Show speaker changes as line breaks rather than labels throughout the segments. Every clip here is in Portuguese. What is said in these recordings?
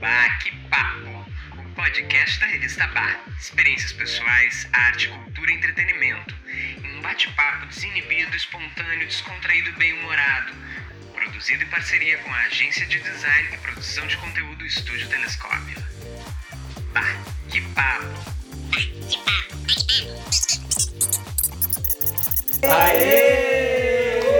Bah, que papo! O podcast da revista Bah. Experiências pessoais, arte, cultura e entretenimento. Em um bate-papo desinibido, espontâneo, descontraído e bem-humorado. Produzido em parceria com a agência de design e produção de conteúdo Estúdio Telescópio. Bah, que papo!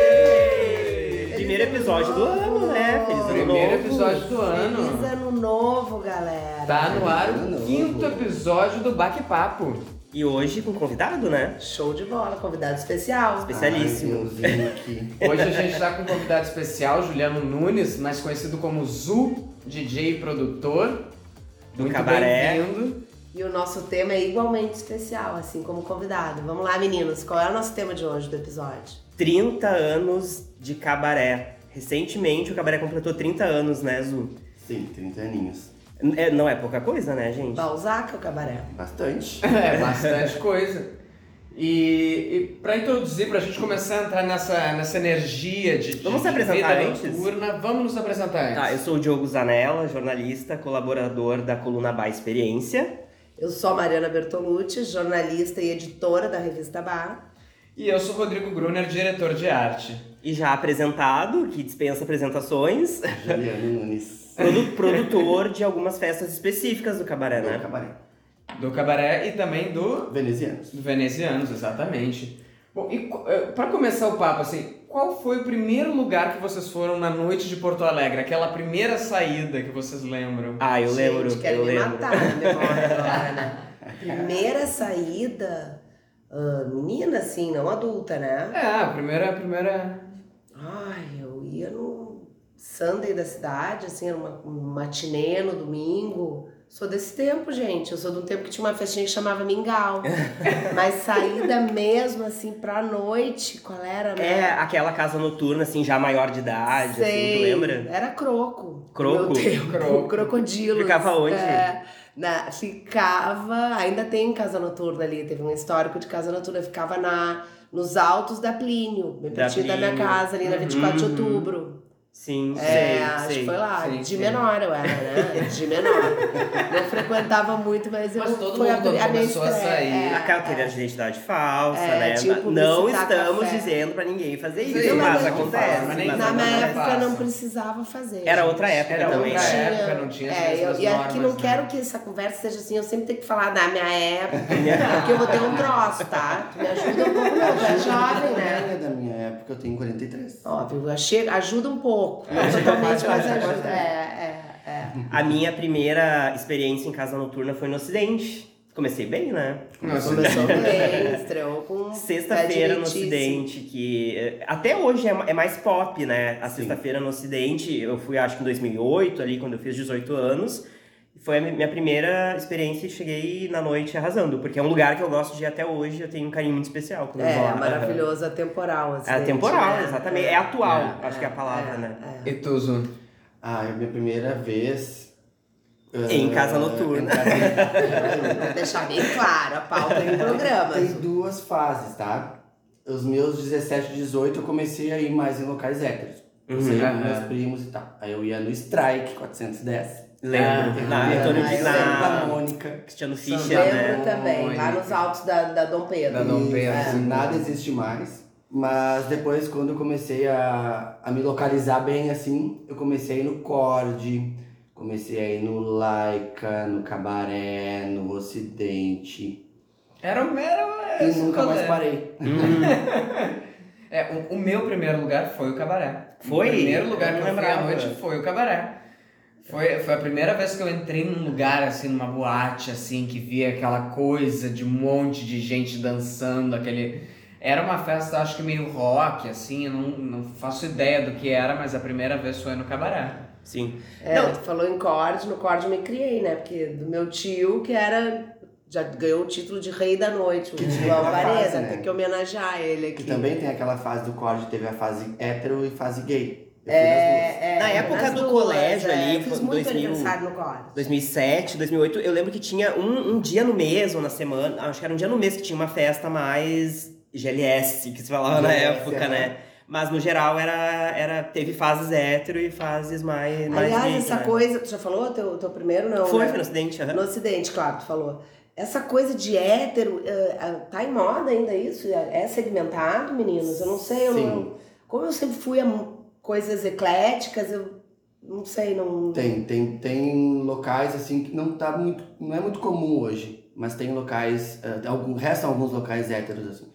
Aê!
Primeiro episódio do ano, né? Feliz ano
Primeiro
novo.
episódio do ano.
Feliz ano novo, galera.
Tá no ar o quinto episódio do Baque Papo.
E hoje com convidado, né?
Show de bola, convidado especial.
Especialíssimo.
Hoje a gente tá com um convidado especial, Juliano Nunes, mais conhecido como Zu, DJ e produtor.
Do
Muito
cabaré.
bem-vindo.
E o nosso tema é igualmente especial, assim como o convidado. Vamos lá, meninos. Qual é o nosso tema de hoje do episódio?
30 anos de cabaré. Recentemente o cabaré completou 30 anos, né, Zu?
Sim, 30 aninhos.
É, não é pouca coisa, né, gente?
Balzac ou cabaré?
Bastante.
É, bastante coisa. E, e para introduzir, pra gente começar a entrar nessa, nessa energia de, de
Vamos se
de
apresentar
vida
antes?
noturna, vamos nos apresentar antes.
Tá, eu sou o Diogo Zanella, jornalista, colaborador da coluna Ba Experiência.
Eu sou a Mariana Bertolucci, jornalista e editora da revista Bar.
E eu sou Rodrigo Gruner, diretor de arte.
E já apresentado, que dispensa apresentações,
Juliano Nunes.
produ- produtor de algumas festas específicas do cabaré,
Não,
né?
cabaré.
Do cabaré e também do
Venezianos.
Do Venezianos, exatamente. Bom, e co- eh, pra começar o papo, assim, qual foi o primeiro lugar que vocês foram na noite de Porto Alegre? Aquela primeira saída que vocês lembram?
Ah, eu
Gente,
lembro,
quero
eu
me
lembro.
matar na memória agora, né? Primeira saída, ah, menina, assim, não adulta, né?
É, a primeira, a primeira...
Ai, eu ia no Sunday da cidade, assim, era uma, um matinê no domingo. Sou desse tempo, gente. Eu sou de um tempo que tinha uma festinha que chamava Mingau. Mas saída mesmo, assim, pra noite, qual era,
É,
né?
aquela casa noturna, assim, já maior de idade, assim, tu lembra?
Era croco.
Croco?
Meu tempo.
Croco.
Crocodilo.
Ficava onde?
É, na, ficava. Ainda tem casa noturna ali, teve um histórico de casa noturna. Ficava na, nos altos da Plínio, bem
Da
pertinho da, minha
Plínio.
casa, ali na 24 de
Uhum.
outubro.
Sim,
É,
sei,
acho
sei.
que foi lá.
Sim,
de
sim.
menor eu era, né? De menor. não frequentava muito, mas eu
Mas todo
foi
mundo
a, a minha
começou a
estreia.
sair.
É,
A carteira de identidade falsa,
É,
né?
tipo,
não
publicitar
estamos
café.
dizendo pra ninguém fazer
Sim,
isso,
mas
mas
não
acontece.
faz,
mas nem-
mas
Na
não,
minha
não
acontece.
época
faça.
não precisava fazer.
Era
gente.
outra época
Era
também.
outra
né?
Tinha-
época, não tinha as
é, eu,
mesmas
E aqui
normas,
não
né?
quero que essa conversa seja assim, eu sempre tenho que falar da minha época, porque eu vou ter um troço, tá? Tu me ajuda um pouco, não, tu é jovem, né?
É da minha época, eu tenho 43.
Óbvio, chega, ajuda um pouco. Não totalmente, mas ajuda. É, é, é.
A minha primeira experiência em casa noturna foi no Ocidente. Comecei bem, né?
Nossa,
Começou bem, estreou com.
Sexta-feira no
pé direitíssimo.
Ocidente, que eh, até hoje é ma- é mais pop, né? A
Sim.
sexta-feira no Ocidente, eu fui acho que em 2008, ali quando eu fiz 18 anos. Foi a mi- minha primeira experiência e cheguei na noite arrasando, porque é um lugar que eu gosto de ir até hoje, eu tenho um carinho muito especial quando eu vou
É,
lá.
maravilhoso, atemporal. Assim,
É temporal,
né?
exatamente. É atual,
É,
acho que é a palavra, né?
E Tuzo?
Ah, é a minha primeira vez. ah,
Em casa noturna.
em casa-
Pra deixar bem claro a pauta do programa.
Tem duas fases, tá? Os meus 17, 18, eu comecei a ir mais em locais héteros. Eu saía com
Uhum.
meus primos e tal. Aí eu ia no Strike 410.
Lembro.
Ah,
na
eu ia
Antônio
no
de
mas
Santa
na
Mônica.
Cristiano
Eu
Fischer,
Lembro
né?
também, lá nos altos da, da Dom
Da né?
Pedro.
Dom
E,
Pedro,
é,
sim.
nada existe mais. Mas depois, quando eu comecei a, a me localizar bem assim, eu comecei no Cord, comecei aí no Laica, no Cabaré, no Ocidente.
Era o mero...
E nunca mais parei.
Hum,
É, o, o meu primeiro lugar foi o cabaré.
Foi?
O primeiro lugar
Eu
que
não
eu fui à
lembrava.
noite foi o cabaré. Foi, foi a primeira vez que eu entrei num lugar, assim, numa boate, assim, que via aquela coisa de um monte de gente dançando, aquele... Era uma festa, acho que meio rock, assim, eu não, não faço ideia do que era, mas a primeira vez foi no cabaré.
sim.
É,
Não.
tu falou em corte, no corte eu me criei, né? Porque do meu tio, que era. Já ganhou o título de Rei da Noite, o
Que
tio
tinha aquela
Alvarez,
fase, né?
tem que homenagear ele aqui.
Que também tem aquela fase do Cord, teve a fase hétero e fase gay. Eu fui nas duas.
É, é,
Na época
nas
do colégio ali,
eu fiz
foi
muito
2000.
aniversário no corte.
2007, 2008, eu lembro que tinha um, um dia no mês ou na semana, acho que era um dia no mês que tinha uma festa mais GLS, que se falava na
GLS,
época,
aham.
né? Mas no geral era, era teve fases hétero e fases mais. mais
Aliás,
gay,
essa
né?
coisa. Tu já falou? Teu, teu primeiro não?
Foi,
né?
foi no acidente. aham.
No Ocidente, claro, tu falou. Essa coisa de hétero, eh, ah, tá em moda ainda isso? É é segmentado, meninos? Eu não sei. Eu,
Sim.
não- como eu sempre fui a mu- coisas ecléticas, eu não sei, não.
Tem, tem, tem locais assim que não tá muito. não é muito comum hoje. Mas tem locais. eh, algum, restam alguns locais héteros, assim.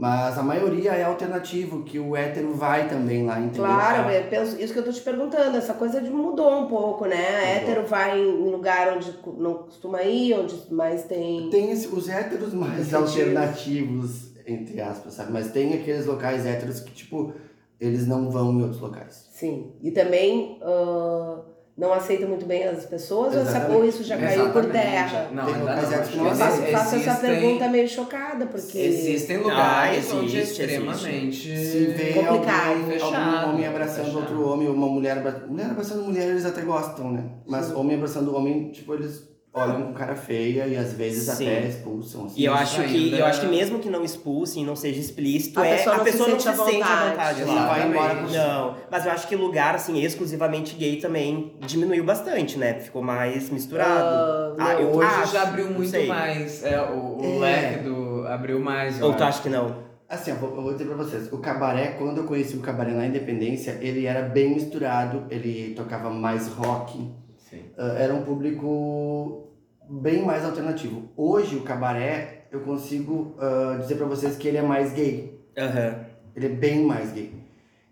Mas a maioria é alternativo, que o hétero vai também lá, entendeu? Então,
Claro, eu penso, isso que eu tô te perguntando, essa coisa de mudou um pouco, né? Hétero vai em lugar onde cu- não costuma ir, onde mais tem.
Tem esse- os héteros mais
Entendi.
alternativos, entre aspas, sabe? Mas tem aqueles locais héteros que, tipo, eles não vão em outros locais.
Sim. E também ah, não aceita muito bem as pessoas, ou, essa,
Exatamente.
ou isso já caiu por
Exatamente.
terra?
Não,
Tem
ainda
locais
não.
héteros que não
Eu
Mas
faço,
aceitam.
faço essa
existem-
pergunta meio chocada, porque.
Existem lugares
Ah,
onde é
existe,
extremamente.
Se vê
Complicado,
alguém,
Hum, fechado,
algum homem abraçando
fechado.
outro homem, ou uma mulher, abra- mulher abraçando mulher, eles até gostam, né? Mas
Sim.
homem abraçando homem, tipo, eles olham com cara feia e às vezes
Sim.
até expulsam. Assim.
E eu
Isso
acho, que,
ainda-
eu acho que mesmo que não expulsem, não seja explícito,
A
é,
pessoa
a
não se
pessoa
sente
não
à
se sente à
vontade.
vontade
Ela
lá.
vai embora com-
Não, mas eu acho que lugar, assim, exclusivamente gay também diminuiu bastante, né? Ficou mais misturado.
Ah,
eu
hoje
acho,
já abriu
não
muito
sei.
mais. É, o o
É.
leque do. abriu mais. eu
Ou tá tu
acho.
acha que não?
Assim, eu vou, eu vou dizer pra vocês, o cabaré, quando eu conheci o cabaré na Independência, ele era bem misturado, ele tocava mais rock,
Sim.
Ah, era um público bem mais alternativo. Hoje, o cabaré, eu consigo ah, dizer pra vocês que ele é mais gay.
Aham.
Ele é bem mais gay.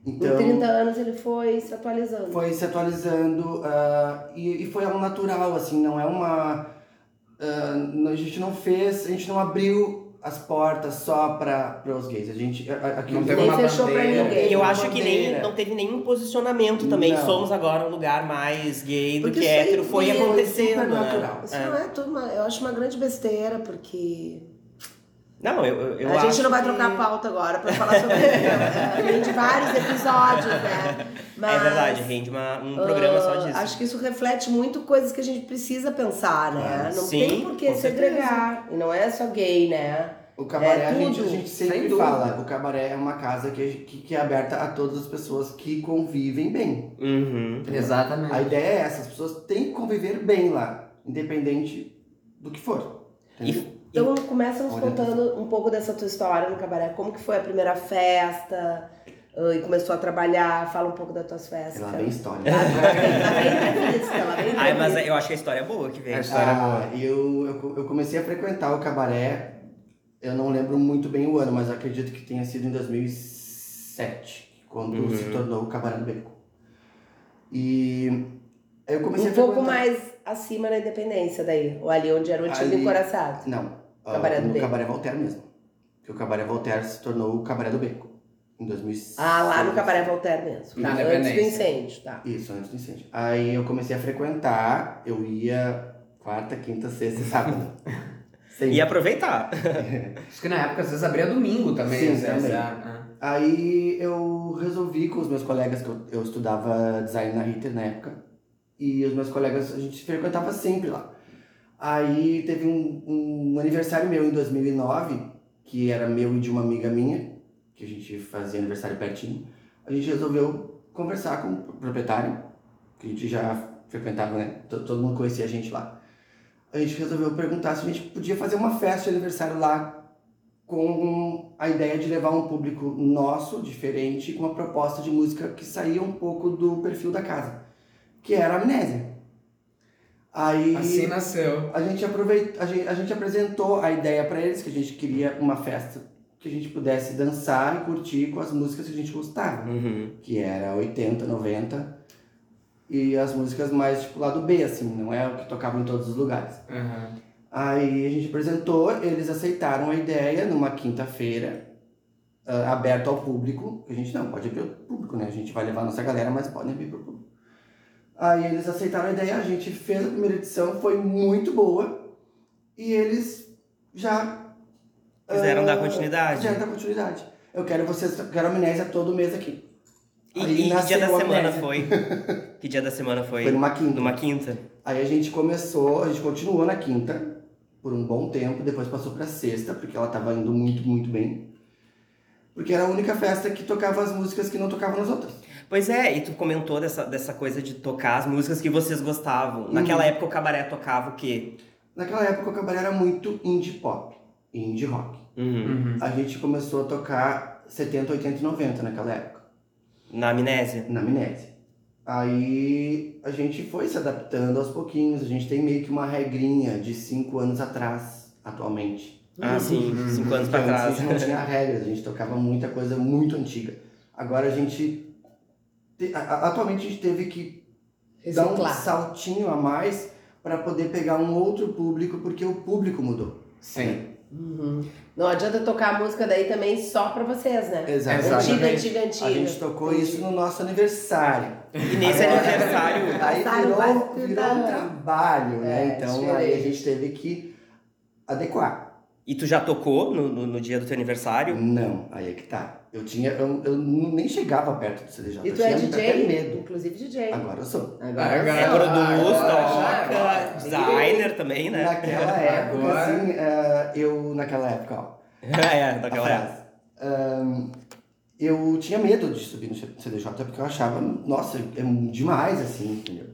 Em
Então,
30 anos ele foi se atualizando.
foi se atualizando ah, e, e foi algo natural, assim, não é uma... ah, não- a gente não fez, a gente não abriu as portas só para os gays. A gente... a- a- aqui
Não
os-
teve
Nem
uma
fechou pra
bandeira.
ninguém.
E eu
Uma
acho que nem,
bandeira.
não teve nenhum posicionamento também.
Não.
Somos agora um lugar mais gay do
Porque
que
isso aí é
hétero. Foi
foi
acontecendo.
super
Né?
natural.
Isso não é tudo, uma- eu acho uma grande besteira, porque
Não, eu, eu, eu
a gente
acho
não vai
que-
trocar a pauta agora pra falar sobre isso. Rende vários episódios, né?
É verdade, rende uma- um programa só
ah,
disso.
Acho que isso reflete muito coisas que a gente precisa pensar, né?
Claro.
Não
Sim,
tem por que
com
segregar. E não é só gay, né?
O cabaré,
É
a, gente,
tudo,
a gente
sem
sempre
dúvida.
fala, o cabaré é uma casa que, que, que é aberta a todas as pessoas que convivem bem.
Uhum.
Exatamente.
A ideia é essa, as pessoas têm que conviver bem lá, independente do que for. entendeu?
Então começa nos
Olha.
contando um pouco dessa tua história no cabaré. Como que foi a primeira festa? ah, E começou a trabalhar, fala um pouco das tuas festas.
Ela é
cara.
vem história.
Ela vem entrevista, ela vem
Ai, mas
entrevista.
eu acho que a história é boa que vem.
A história é boa.
Ah, eu, eu, co- eu comecei a frequentar o cabaré, eu não lembro muito bem o ano, mas acredito que tenha sido em 2007, quando
Uhum.
se tornou o Cabaré do Beco. E eu comecei
um
a
pouco
frequentar-
mais acima na Independência daí, ou ali é onde era o time
Ali.
encoraçado.
Não.
Cabaré
ah,
do
no
Beco.
Cabaré Voltaire mesmo. Porque o Cabaré Voltaire se tornou o Cabaré do Beco. Em 2006.
Ah, lá no Cabaré Voltaire mesmo.
Na
tá? antes do
Independência.
incêndio, tá.
Isso, antes do incêndio. Aí eu comecei a frequentar, eu ia quarta, quinta, sexta e sábado. Sempre.
E aproveitar.
Acho que na época às vezes abria domingo também.
Sim,
às vezes,
também.
é,
Aí eu resolvi com os meus colegas, que eu, eu estudava design na Ritter na época, e os meus colegas, a gente se frequentava sempre lá. Aí teve um, um aniversário meu em 2009, que era meu e de uma amiga minha, que a gente fazia aniversário pertinho. A gente resolveu conversar com o proprietário, que a gente já frequentava, né? To- Todo mundo conhecia a gente lá. A gente resolveu perguntar se a gente podia fazer uma festa de aniversário lá com a ideia de levar um público nosso, diferente, com uma proposta de música que saía um pouco do perfil da casa, que era a amnésia. Aí
é. Assim nasceu.
a gente aproveitou, a gente, a gente apresentou a ideia pra eles que a gente queria uma festa que a gente pudesse dançar e curtir com as músicas que a gente gostava, né?
Uhum.
que era 80, 90 e as músicas mais tipo lado B assim, não é o que tocava em todos os lugares.
Aham.
Aí a gente apresentou, eles aceitaram a ideia numa quinta-feira, ah, aberto ao público. A gente não pode abrir ao público, né? A gente vai levar a nossa galera, mas podem abrir para o público. Aí eles aceitaram a ideia, a gente fez a primeira edição, foi muito boa. E eles já
Quiseram dar
já
Ah,
continuidade.
dá continuidade. Eu quero vocês, eu quero amnésia todo mês aqui.
E,
Aí
e que
nasceu
dia da
a
semana
amnésia.
foi? Que dia da semana foi?
Foi numa quinta.
Numa quinta?
Aí a gente começou, a gente continuou na quinta por um bom tempo, depois passou pra sexta, porque ela tava indo muito, muito bem. Porque era a única festa que tocava as músicas que não tocavam nas outras.
Pois é, e tu comentou dessa, dessa coisa de tocar as músicas que vocês gostavam. Naquela época o cabaré tocava o quê?
Naquela época o cabaré era muito indie pop, indie rock.
Uhum.
A gente começou a tocar 70, 80 e 90 naquela época,
Na amnésia.
na amnésia. Aí a gente foi se adaptando aos pouquinhos, a gente tem meio que uma regrinha de 5 anos atrás, atualmente.
Ah, sim,
Uhum.
cinco anos
Porque
pra
antes a
trás.
gente não tinha regras, a gente tocava muita coisa muito antiga. Agora a gente. te- a- a- Atualmente a gente teve que
é
dá um
Reciclar.
saltinho a mais para poder pegar um outro público, porque o público mudou.
Sim.
Uhum. Não adianta tocar a música daí também só pra vocês, né?
É
Exatamente.
Antiga, antiga, antiga.
A gente tocou isso no nosso aniversário.
E nesse
Agora-
aniversário.
Aí
Aniversário
virou,
vai
virou um
cuidar.
trabalho, né?
É,
Então
diferente.
aí a gente teve que adequar.
E tu já tocou no, no, no dia do teu aniversário?
Não, aí é que tá. Eu tinha. Eu, eu nem chegava perto do CDJ.
E
eu
tu é
tinha até
DJ?
medo.
Inclusive DJ.
Agora eu sou.
Agora-
É
Não,
produz,
agora
toca,
já-
designer também, né?
Naquela época,
Agora-
assim, eh, eu. Naquela época, ó.
é, naquela
A
época.
frase. Ahn, eu tinha medo de subir no CDJ porque eu achava, nossa, é demais assim, entendeu?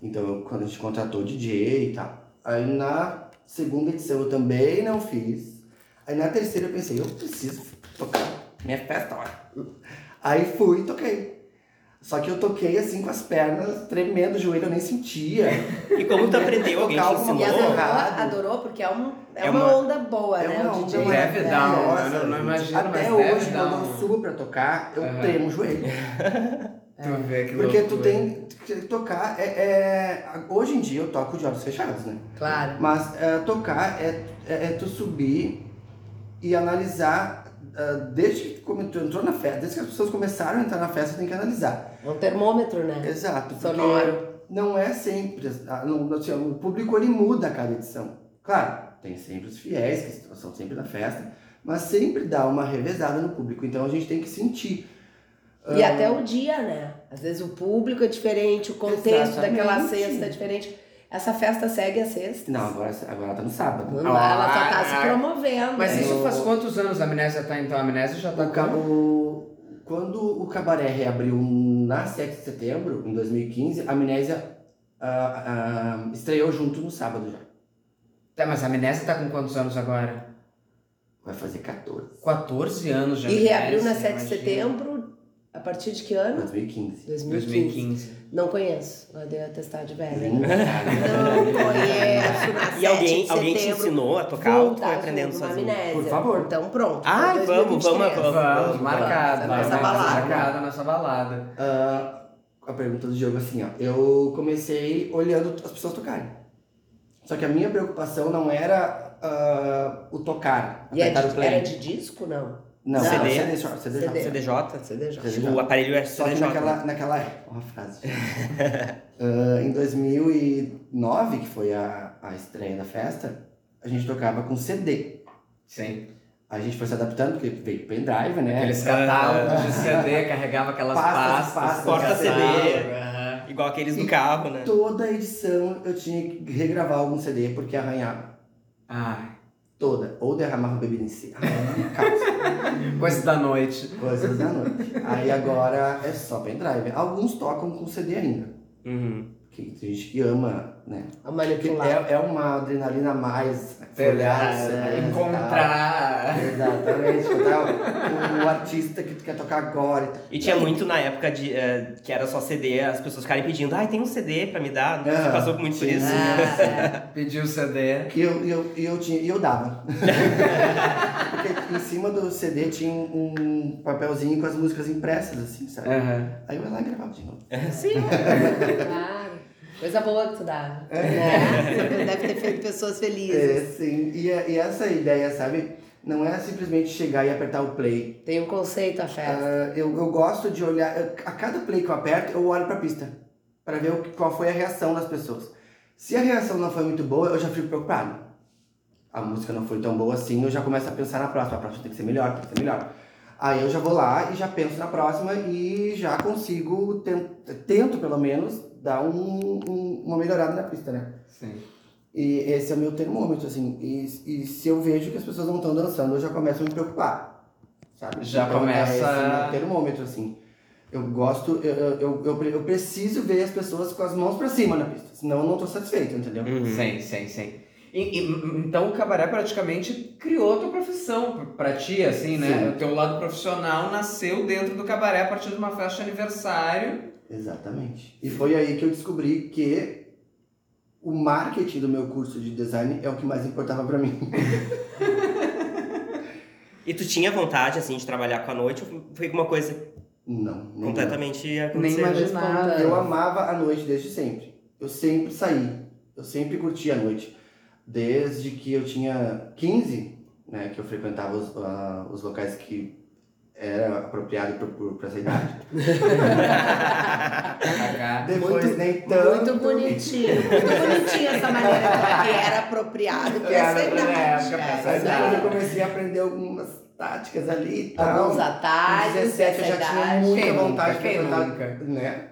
Então, eu- quando a gente contratou o DJ e tal. Aí na segunda edição eu também não fiz. Aí na terceira eu pensei, eu preciso tocar minha festa, olha. Aí fui e toquei. Só que eu toquei assim com as pernas tremendo, o joelho eu nem sentia.
E como tu aprendeu? Alguém te
Tocar alguma
E
coisa
ensinou?
errada.
adorou,
Errado.
adorou porque é, um, é,
É
uma,
uma-
onda boa, né? o DJ.
onda leve
é,
down,
nossa,
eu não- não
gente.
imagino,
Até
mas leve
hoje, quando
down.
eu subo pra tocar, eu
Aham.
tremo o joelho.
Tu vê que
Porque tu
loucura.
tem que tocar. É, é- hoje em dia eu toco de olhos fechados, né?
Claro.
Mas é, tocar é, é, é tu subir e analisar. é, desde que come- tu entrou na festa, desde que as pessoas começaram a entrar na festa, tem que analisar.
É um termômetro, né?
Exato. porque
Sonoro.
Não é sempre. ah, não- assim, o público ele muda a cada edição. Claro, tem sempre os fiéis que são sempre na festa, mas sempre dá uma revezada no público. Então a gente tem que sentir.
E
Ah.
até o dia, né? Às vezes o público é diferente, o contexto
Exatamente.
daquela sexta é diferente. Essa festa segue a sexta.
Não, agora, agora tá no sábado.
Não, Ela só tá
Ah,
se promovendo.
Mas
né?
isso
Eu-
faz quantos anos a amnésia tá então? A amnésia já tá
O ca- o- Quando o Cabaré reabriu na 7 de setembro, em 2015, a Amnésia ah, ah, estreou junto no sábado já.
Tá, mas a amnésia tá com quantos anos agora?
Vai fazer 14.
14 anos já.
E reabriu na
né?
Amnésia,
7 de
imagina.
setembro, a partir de que ano?
2015.
2015.
2015.
Não conheço. Lá deu atestado de velha.
Nem sabe.
Não conheço. Na 7
E alguém,
de
alguém te
setembro,
ensinou a tocar ou
vou
tu foi
dar
aprendendo
junto uma
sozinho?
amnésia.
Por favor.
Então pronto.
Ai,
Então,
vamos, vamos,
2023.
Vamos, marcado.
Essa nossa
vai, vai,
balada.
Marcado nossa balada.
Ah, a pergunta do Diogo assim, ó. Eu comecei olhando as pessoas tocarem. Só que a minha preocupação não era ah, o tocar.
E é
apertar o
de,
play.
era de disco, não?
Não,
CD?
CD, só, CD, só.
CD.
CDJ?
CDJ.
O aparelho é
Só que
CDJ.
naquela, naquela época, uma frase. Ah, em 2009, que foi a, a estreia da festa, a gente tocava com CD.
Sim.
A gente foi se adaptando, porque veio pendrive, né?
Aqueles catálogos de CD, carregava aquelas
Pastas,
pastas.
pastas,
Corta CD.
catálogo, aham.
né? Igual aqueles do carro, né?
Toda edição eu tinha que regravar algum CD, porque arranhava.
Ai,
Toda. Ou derramava bebida em si. Arranhava calça.
coisa da noite.
Coisas da noite. Aí agora é só pendrive. Alguns tocam com CD ainda.
Uhum.
Porque tem gente que ama, né?
A
Porque
manipular.
é, é uma adrenalina a mais.
Olhar,
folhar,
né?
né,
encontrar.
tal. Exatamente. tal. O artista que tu quer tocar agora. e tal.
E tinha muito na época de, eh, que era só CD, as pessoas ficarem pedindo, ai, tem um CD pra me dar? Você
Aham. É.
passou muito por
Tinha.
isso.
Ah,
Pediu É, o CD.
E eu, e eu, e eu, tinha, e eu dava. Porque em cima do CD tinha um, um papelzinho com as músicas impressas, assim, sabe?
É.
Aham.
Aí eu ia lá e gravava de novo.
Sim.
claro. Coisa boa que tu dá. Né? Deve ter feito pessoas felizes.
É, sim. E, a- e essa ideia, sabe? Não é simplesmente chegar e apertar o play.
Tem um conceito a festa.
É. Ah, eu, eu gosto de olhar. eu- a cada play que eu aperto, eu olho pra pista. Pra ver o que- qual foi a reação das pessoas. Se a reação não foi muito boa, eu já fico preocupado. A música não foi tão boa assim, eu já começo a pensar na próxima. A próxima tem que ser melhor, tem que ser melhor. Aí eu já vou lá e já penso na próxima e já consigo, ten- tento pelo menos, dar um- um- uma melhorada na pista, né?
Sim.
E esse é o meu termômetro, assim. E, e se eu vejo que as pessoas não estão dançando, eu já começo a me preocupar. sabe?
Já
Então,
começa-
É esse meu termômetro, assim. Eu gosto, eu, eu, eu, eu, pre- eu preciso ver as pessoas com as mãos pra cima na pista, senão eu não tô satisfeito, entendeu?
Hum.
Uhum.
Sim, sim, sim. E- e- então o cabaré praticamente criou a tua profissão pra- pra ti, assim, né?
Sim.
O teu lado profissional nasceu dentro do cabaré a partir de uma festa de aniversário.
Exatamente. E foi aí que eu descobri que o marketing do meu curso de design é o que mais importava pra mim.
E tu tinha vontade, assim, de trabalhar com a noite? Ou foi uma coisa
Não, nem
completamente
Nem
aconteceu?
imaginava.
Eu amava a noite desde sempre. Eu sempre saí. Eu sempre curti a noite. Desde que eu tinha 15, né, que eu frequentava os, ah, os locais que era apropriado pro- pro- pra essa idade.
Cacá.
Depois
Muito-
nem tanto.
Muito bonitinho, muito bonitinho essa maneira de falar que era apropriado pra essa
Era pra é.
idade.
época, pra essa
Aí depois eu
exato.
comecei a aprender algumas táticas ali e tal.
Alguns
Com
atalhos,
17 eu já
essa
tinha
idade.
muita
Quem nunca?
vontade de
Quem
frequentar,
nunca?
né?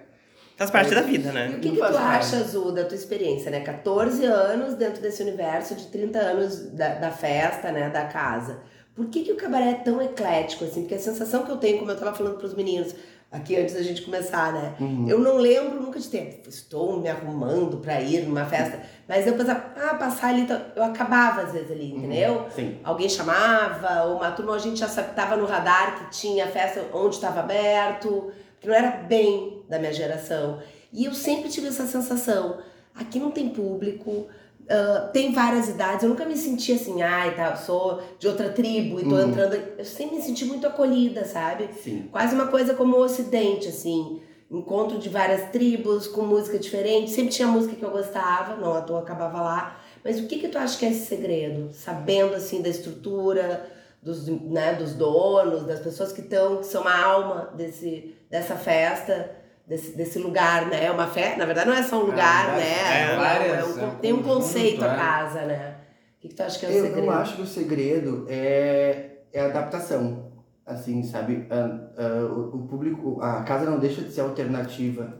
Faz parte da vida,
é.
E
né?
o que,
Não
que tu
faz parte.
acha, Azul, da tua experiência, né? 14 anos dentro desse universo de 30 anos da, da festa, né? Da casa. Por que, que o cabaré é tão eclético, assim? Porque a sensação que eu tenho, como eu tava falando pros meninos aqui antes da gente começar, né?
Uhum.
Eu não lembro nunca de ter, estou me arrumando pra ir numa festa, mas eu pensava, ah, passar ali, tá- eu acabava às vezes
Uhum.
ali, entendeu?
Sim.
Alguém chamava, ou uma turma, a gente já sabia, tava no radar que tinha festa onde estava aberto, que não era bem da minha geração. E eu sempre tive essa sensação, aqui não tem público, ah, tem várias idades, eu nunca me senti assim, ai, tá, sou de outra tribo e tô
Uhum.
entrando, eu sempre me senti muito acolhida, sabe?
Sim.
Quase uma coisa como o Ocidente, assim. Encontro de várias tribos, com música diferente. Sempre tinha música que eu gostava, não à toa acabava lá. Mas o que que tu acha que é esse segredo? Sabendo, assim, da estrutura, dos, né, dos donos, das pessoas que estão, que são a alma desse, dessa festa, desse, desse lugar, né? É uma festa, na verdade não é só um lugar,
várias-
né?
é,
É um-
várias,
é um-
é um
tem um
conjunto,
conceito
é.
a casa, né? O que que tu acha que é o
Eu,
segredo?
eu acho que o segredo é, é a adaptação. Assim, sabe? Ah, ah, o, o público, a casa não deixa de ser alternativa,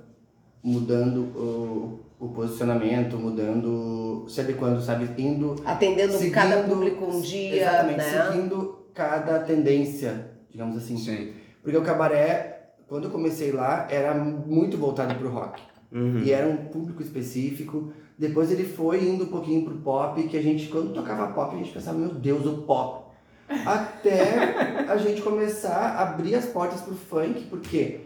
mudando o, o posicionamento, mudando, se adequando, sabe? Indo.
Atendendo
seguindo,
cada público um dia,
Exatamente,
né?
seguindo cada tendência, digamos assim.
Sim.
Porque o cabaré, quando eu comecei lá, era muito voltado pro rock.
Uhum.
E era um público específico. Depois ele foi indo um pouquinho pro pop, que a gente, quando tocava pop, a gente pensava, meu Deus, o pop. Até a gente começar a abrir as portas pro funk, porque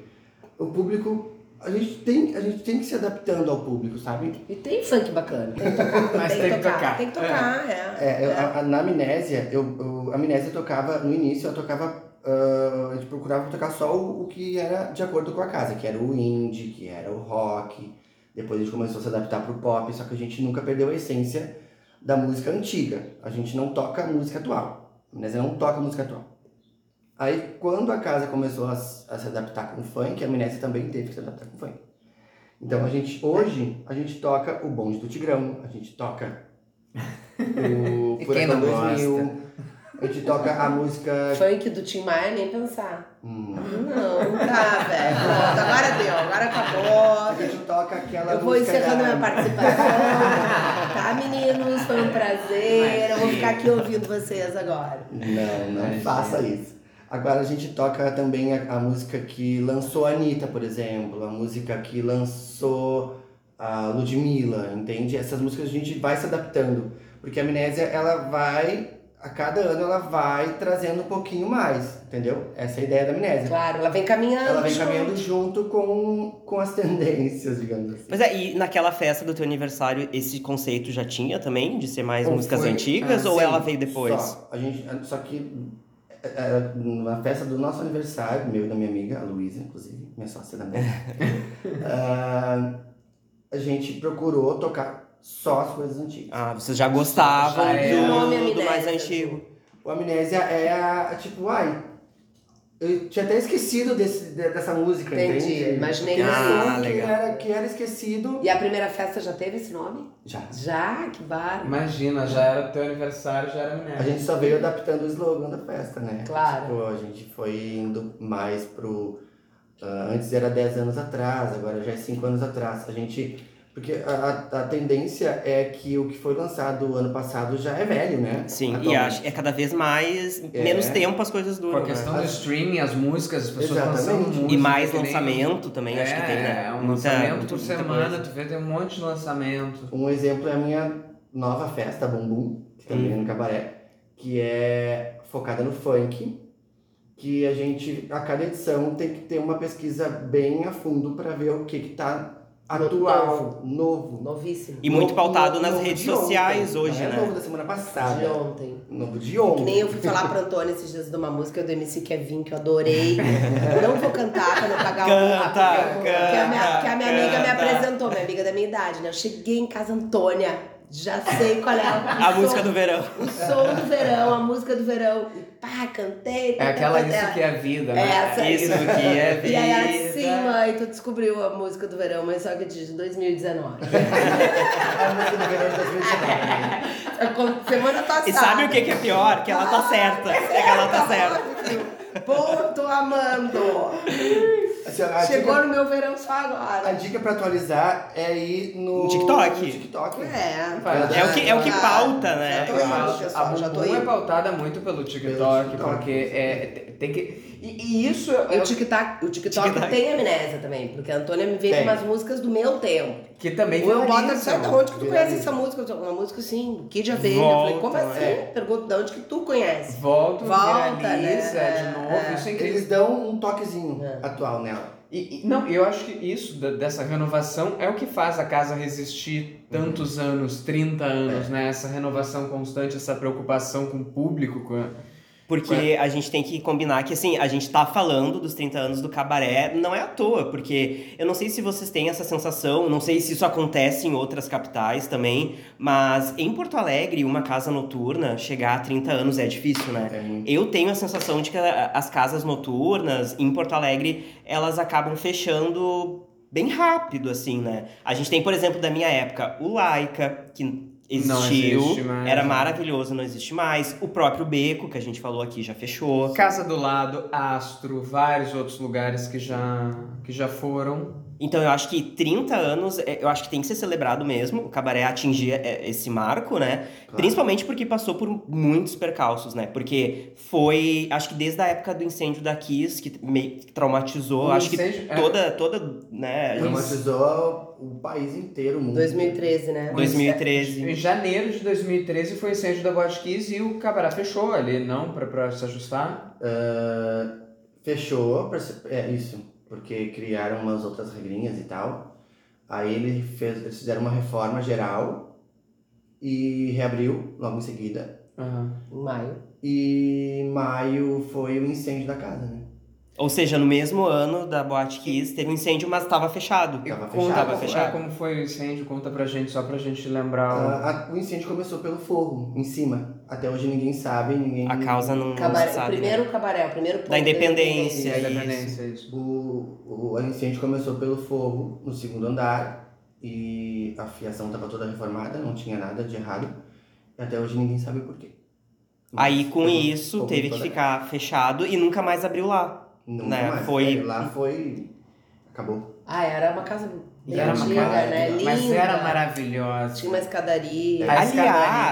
o público. A gente, tem, a gente tem que se adaptando ao público, sabe?
E tem funk bacana. Tem que tocar.
Mas tem que tocar.
Tem que tocar, é.
É, eu- a, a- na amnésia, eu, eu- a amnésia tocava, no início eu tocava. ah, a gente procurava tocar só o, o que era de acordo com a casa, que era o indie, que era o rock. Depois a gente começou a se adaptar pro pop, só que a gente nunca perdeu a essência da música antiga. A gente não toca música atual. A amnésia não toca música atual. Aí quando a casa começou a, s- a se adaptar com o funk, a amnésia também teve que se adaptar com o funk. Então a gente, hoje, a gente toca o bonde do Tigrão, a gente toca o
E quem
Furacão
não
2000, a gente toca a música...
Funk do Tim Maia, nem pensar.
Hum.
Não, tá, velho. Pronto, agora deu, agora
A
acabou.
gente toca aquela
Eu vou
música
encerrando
da-
minha participação. Tá, meninos? Foi um prazer. Eu vou ficar aqui ouvindo vocês agora.
Não, não
Imagina.
faça isso. Agora a gente toca também a, a música que lançou a Anitta, por exemplo, a música que lançou a Ludmilla, entende? Essas músicas a gente vai se adaptando, porque a amnésia ela vai, a cada ano ela vai trazendo um pouquinho mais, entendeu? Essa é a ideia da amnésia.
Claro, ela vem caminhando.
Ela vem
junto.
caminhando junto com, com as tendências, digamos assim.
Pois é, e naquela festa do teu aniversário, esse conceito já tinha também? De ser mais
Ou
músicas
foi-
antigas?
Ah,
ou
sim,
ela veio depois?
Só, a gente, só que é, é, na festa do nosso aniversário, meu e da minha amiga, a Luísa, inclusive, minha sócia da minha, ah, a gente procurou tocar só as coisas antigas.
Ah, vocês já gostavam
Ah,
Já
é.
era.
do, do
Amnésia.
mais antigo.
O Amnésia é a, a tipo, ai, eu tinha até esquecido desse, de- dessa música,
Entendi,
entende?
imaginei
Porque
que
era
sim.
um
Ah,
que
legal.
era, que era esquecido.
E a primeira festa já teve esse nome?
Já.
Já? Que barba.
Imagina, já era teu aniversário, já era
A
mulher.
gente só veio adaptando o slogan da festa, né?
Claro.
Tipo, a gente foi indo mais pro. ah, antes era 10 anos atrás, agora já é 5 anos atrás. A gente Porque a, a, a tendência é que o que foi lançado ano passado já é velho, né?
Sim, e
Atualmente.
acho, é cada vez mais,
É.
menos tempo as coisas
Com
duram.
a questão do
As-
streaming, as músicas, as pessoas
Exatamente.
lançando música.
E mais
que nem-
lançamento também, acho que tem, né?
É, um
Muita-
lançamento por
muita
semana,
coisa.
tu vê, tem um monte de lançamento.
Um exemplo é a minha nova festa, Bumbum, que também é
Uhum.
no cabaré, que é focada no funk, que a gente, a cada edição, tem que ter uma pesquisa bem a fundo para ver o que que tá atual, novo.
Novíssimo.
E muito
Novo-
pautado
novo
nas
de
redes
ontem,
sociais
não
hoje,
é
né?
novo da semana
De
passada.
ontem.
Novo de
Que
ontem.
nem eu fui falar pro Antônio esses dias de uma música do MC Kevin que eu adorei. Não vou cantar pra não pagar
Canta,
o papo, que a minha,
canta,
que a minha amiga me
canta.
apresentou, minha amiga da minha idade, né? Eu cheguei em casa, Antônia, já sei qual é o
A
som-
música do verão.
O som do verão, a música do verão. E pá, cantei.
É aquela
cantei,
isso
cantei.
que é vida,
É,
né?
essa-
Isso que é
E aí, assim, ela,
vida.
sim, mãe, tu descobriu a música do verão, mas só que de 2019.
A música do verão de 2019.
É Semana
assim,
passada.
E sabe o que, que é pior? Que ela tá certa. É que ela tá certa.
Bom, tô amando.
Assim, a
Chegou
dica-
no meu verão só
A
agora.
dica pra atualizar é ir no.
No TikTok.
no TikTok.
É,
É o que, é o que pauta,
Já
né?
tô
Eu
indo,
acho.
A
pessoal, já tô
Bumbum é
indo.
pautada muito pelo TikTok,
TikTok,
porque é, te- tem que... E, e isso...
E
é
o TikTok, o Tiktok
TikTok.
tem amnésia também, porque a Antônia me veio
Tem.
com umas músicas do meu tempo.
Que também um
Ou eu boto,
viraliza,
"Sai é da onde que tu conhece
viraliza.
essa música? Eu sou, Uma música assim, Kid Abelha. Eu falei, como
Volta, é."
assim? Pergunto, de onde que tu conhece?
Volta,
Volta,
viraliza
né?
de novo,
É.
isso é incrível.
Eles dão um toquezinho
É.
atual nela.
E, e- não, eu acho que isso, da- dessa renovação, é o que faz a casa resistir tantos anos, 30 anos, né? Essa renovação constante, essa preocupação com o público. Com a- é?
Porque a gente tem que combinar que, assim, a gente tá falando dos 30 anos do cabaré, não é à toa, porque eu não sei se vocês têm essa sensação, não sei se isso acontece em outras capitais também, mas em Porto Alegre, uma casa noturna, chegar a 30 anos é difícil, né?
É muito.
Eu tenho a sensação de que a- as casas noturnas em Porto Alegre, elas acabam fechando bem rápido, assim, né? A gente tem, por exemplo, da minha época, o Laika, que
Não
existiu,
existe mais. né?
era maravilhoso, não existe mais. O próprio Beco, que a gente falou aqui, já fechou.
Casa do Lado, Astro, vários outros lugares que já, que já foram.
Então eu acho que 30 anos, é, eu acho que tem que ser celebrado mesmo, o cabaré atingir é, esse marco, né? Principalmente porque passou por muitos percalços, né? Porque foi, acho que desde a época do incêndio da Kiss, que meio que traumatizou,
O
acho que
incêndio- é,
toda, toda, né?
Traumatizou o país inteiro, o mundo.
2013, né?
2013.
Em janeiro de 2013 foi o incêndio da Boate Kiss e o Cabará fechou ali, não? Pra, pra se ajustar.
Ah, fechou, pra se- é isso, porque criaram umas outras regrinhas e tal. Aí ele fez, eles fizeram uma reforma geral e reabriu logo em seguida.
Aham.
Em maio.
E maio foi o incêndio da casa, né?
Ou seja, no mesmo ano da Boate Kiss teve um incêndio, mas estava fechado.
Tava
Conta
fechado.
como-
fechado.
é, como foi o incêndio, conta pra gente, só pra gente lembrar. o-
Ah, a- o incêndio começou pelo forro, em cima. Até hoje ninguém sabe, ninguém.
A causa não, não
Cabaré-
se sabe. né?
o primeiro cabaré, o primeiro ponto
Da independência.
a
isso.
independência, é isso.
O, o incêndio começou pelo fogo no segundo andar e a fiação estava toda reformada, não tinha nada de errado. E até hoje ninguém sabe por quê. Mas
Aí com
fogo-
isso
fogo
teve
em
que
toda-
ficar fechado e nunca mais abriu lá.
Não
né,
mais.
foi-
É, Lá foi. Acabou.
Ah, era uma casa bem
E era uma
antiga,
casa-
né? Linda.
Mas era maravilhosa.
Tinha uma escadaria.
A
Aliás,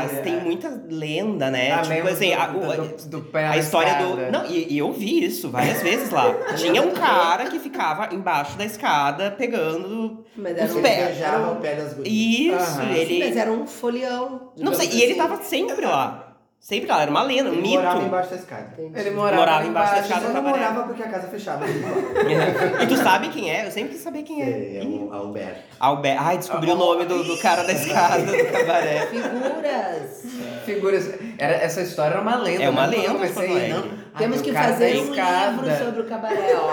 escadaria.
tem muita lenda, né?
é. Ah,
tipo
lembro
assim, a-
do,
o-
do- do pé
A
na
história do.
escada.
Não, e, e eu vi isso várias vezes lá. Tinha um cara que ficava embaixo da escada pegando.
Mas
Os
era um,
Ele
pés.
beijava o pé das gurias.
Isso,
Aham. é
ele.
mas era um folião.
Não
digamos
sei, e ele
assim.
tava sempre lá. Sempre lá, era uma lenda, um
Ele
mito.
morava embaixo da escada.
Entendi.
Ele morava,
Morava embaixo da
Só
Casa
não
Cabaré.
morava porque a casa fechava.
e tu sabe quem é? Eu sempre quis saber quem é.
é,
um-
o Alberto.
Albert. Ai, descobri o nome do, do cara da escada do cabaré.
Figuras.
Figuras. Era, essa história era uma lenda.
É uma
né? Quando eu
lenda de Porto
comecei,
Alegre.
não, ah,
Temos
o
que
cara
tá
fazer
da
um
escada.
livro sobre o cabaré, ó.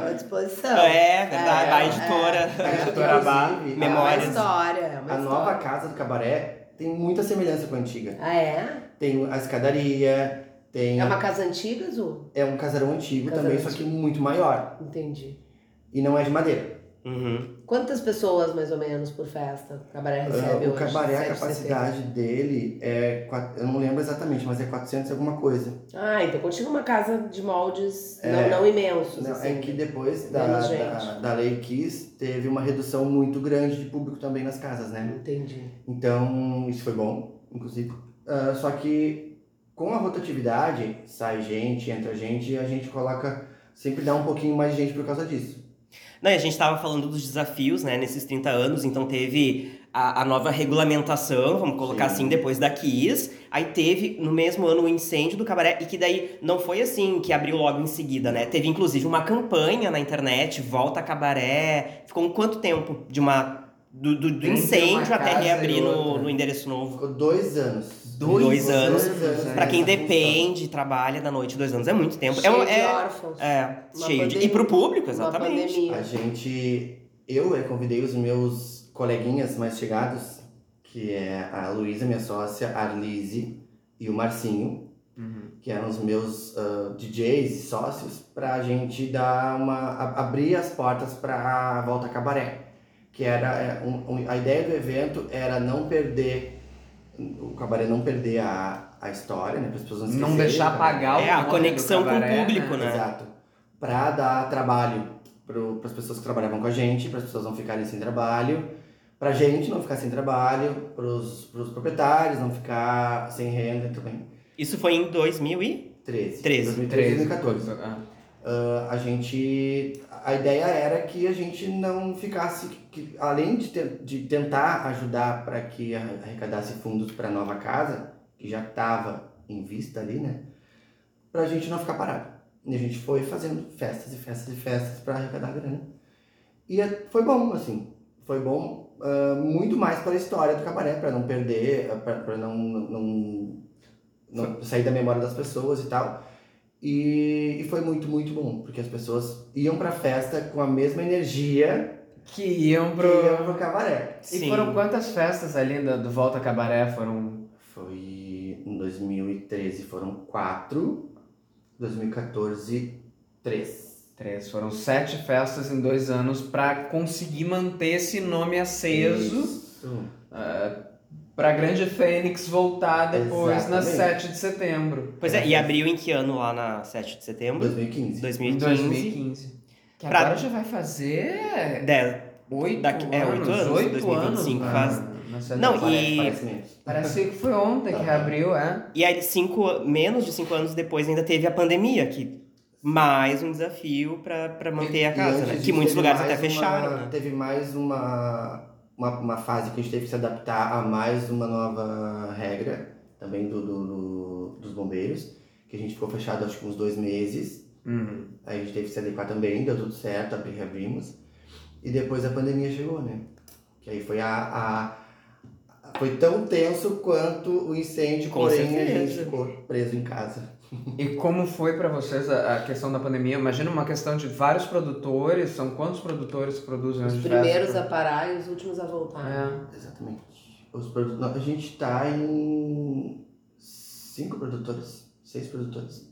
Tô à disposição.
É, verdade,
É,
da
é.
editora.
A
Doutora Bá,
inclusive,
É uma
Memórias.
história. é uma
A nova
história.
casa do cabaré tem muita semelhança com a antiga.
Ah, é?
Tem a escadaria, tem.
É uma casa antiga, Azul?
É um casarão antigo
Casarão
também, só que muito maior.
Entendi.
E não é de madeira.
Uhum.
Quantas pessoas, mais ou menos, por festa o cabaré recebe
Ah,
hoje?
o cabaré, a
7 de
capacidade dele é. quat- Eu não lembro exatamente, mas é 400 e alguma coisa.
setembro? Ah, então continua uma casa de moldes
É.
não, não imensos.
Não,
assim.
é que depois da,
Menos
da,
gente.
da Lei Kiss teve uma redução muito grande de público também nas casas, né?
Entendi.
Então, isso foi bom, inclusive. Ah, só que com a rotatividade, sai gente, entra gente, e a gente coloca. Sempre dá um pouquinho mais de gente por causa disso.
Não, e a gente tava falando dos desafios, né, nesses 30 anos, então teve a, a nova regulamentação, vamos colocar
Sim.
assim, depois da Kiss. Aí teve, no mesmo ano, o incêndio do cabaré, e que daí não foi assim que abriu logo em seguida, né? Teve, inclusive, uma campanha na internet, volta cabaré. Ficou um quanto tempo de uma. Do, do- do
Entre uma
incêndio até
casa e
reabrir no,
outra.
no endereço novo.
Ficou dois anos.
Dois anos.
É,
Pra quem
nessa função.
depende, trabalha da noite, dois anos, é muito tempo. É,
Cheio
um-
de
é,
órfãos.
é
Uma
cheio de. E
pandemia.
pro público,
Uma
exatamente.
A
pandemia.
gente. Eu eh, convidei os meus coleguinhas mais chegados, que é a Luísa, minha sócia, a Arlise e o Marcinho,
Uhum.
que eram os meus ah, DJs e sócios, pra gente dar uma. a- abrir as portas pra volta cabaré. Que era. eh, um- um- a ideia do evento era não perder. O cabaré não perder a, a história, né? Para as pessoas não
Não
esquecerem
deixar
do cabaré.
apagar o
É, a
nome do
conexão com o
cabaré,
público, né?
Exato. Pra dar trabalho para as pessoas que trabalhavam com a gente, para as pessoas não ficarem sem trabalho, pra gente não ficar sem trabalho, pros, pros proprietários não ficar sem renda também.
Isso foi em 2000 e.
13.
Treze.
2013
13,
2014.
14. Ah.
Ah, a gente. A ideia era que a gente não ficasse. Que, além de, te- de tentar ajudar para que a- arrecadasse fundos para a nova casa, que já estava em vista ali, né? Pra gente não ficar parado. E a gente foi fazendo festas e festas e festas para arrecadar grana. E é- foi bom, assim. Foi bom ah, muito mais para a história do cabaré, para não perder, para não, não, não sair da memória das pessoas e tal. E, e foi muito, muito bom, porque as pessoas iam pra festa com a mesma energia
Que iam
que iam
pro.
pro cabaré.
Sim.
E foram quantas festas ali da- do Volta Cabaré? Foram.
Foi em 2013, foram quatro, 2014, três.
Três, foram sete festas em dois anos pra conseguir manter esse nome aceso.
Isso.
ah, pra Grande Fênix voltar depois na
Exatamente.
7 de setembro.
Pois é, e abriu em que ano lá na 7 de setembro?
2015.
2015.
Em 2015. Que
Pra-
agora já vai fazer
Dez.
oito
Daqui-
anos.
é, oito anos,
oito
2025
anos,
faz-
na- na Sete
Não, Tá.
de Setembro.
Parece,
E-
parece menos.
Parece que foi ontem que
Aham.
reabriu, é.
E aí, cinco, menos de cinco anos depois, ainda teve a pandemia, que mais um desafio pra pra manter a
E
casa,
antes
né? Que
disso,
muitos
teve
lugares até
mais uma-
fecharam, né?
Teve mais uma, uma, uma fase que a gente teve que se adaptar a mais uma nova regra, também do, do- do- dos bombeiros, que a gente ficou fechado acho que uns dois meses.
Hum.
Uhum.
Aí a gente teve que se adequar também, deu tudo certo, abri- reabrimos. E depois a pandemia chegou, né? Que aí foi a. a- foi tão tenso quanto o incêndio,
Com
porém a
certeza.
gente ficou preso em casa.
E como foi pra vocês a, a questão da pandemia? Imagina uma questão de vários produtores, são quantos produtores que produzem
Os
hoje
primeiros a
festa?
parar e os últimos a voltar.
É.
Exatamente. Os produ- não, a gente tá em cinco produtores, seis produtores.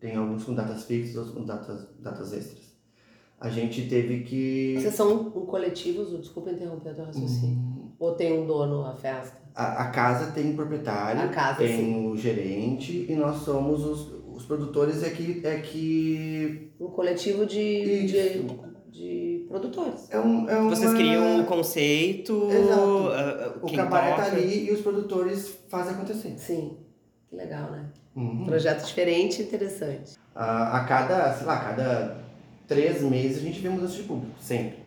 Tem alguns com datas fixas, outros com datas, datas extras. A gente teve que.
Vocês são um um coletivo, Zu? desculpa interromper o teu raciocínio.
Uhum.
Ou tem um dono a festa?
Hum, A, a casa tem proprietário,
A casa, assim.
tem
sim.
o gerente e nós somos os, os produtores é que, é que
Um coletivo de, de,
Isso.
de produtores.
é um é
Vocês
uma-
criam o conceito,
Exato.
ah, ah,
o
quem
cabaré tá
toca.
ali e os produtores fazem acontecer.
Sim. Que legal, né?
Uhum.
Projeto diferente e interessante.
A, a cada sei lá a cada três meses a gente vê mudança de público sempre.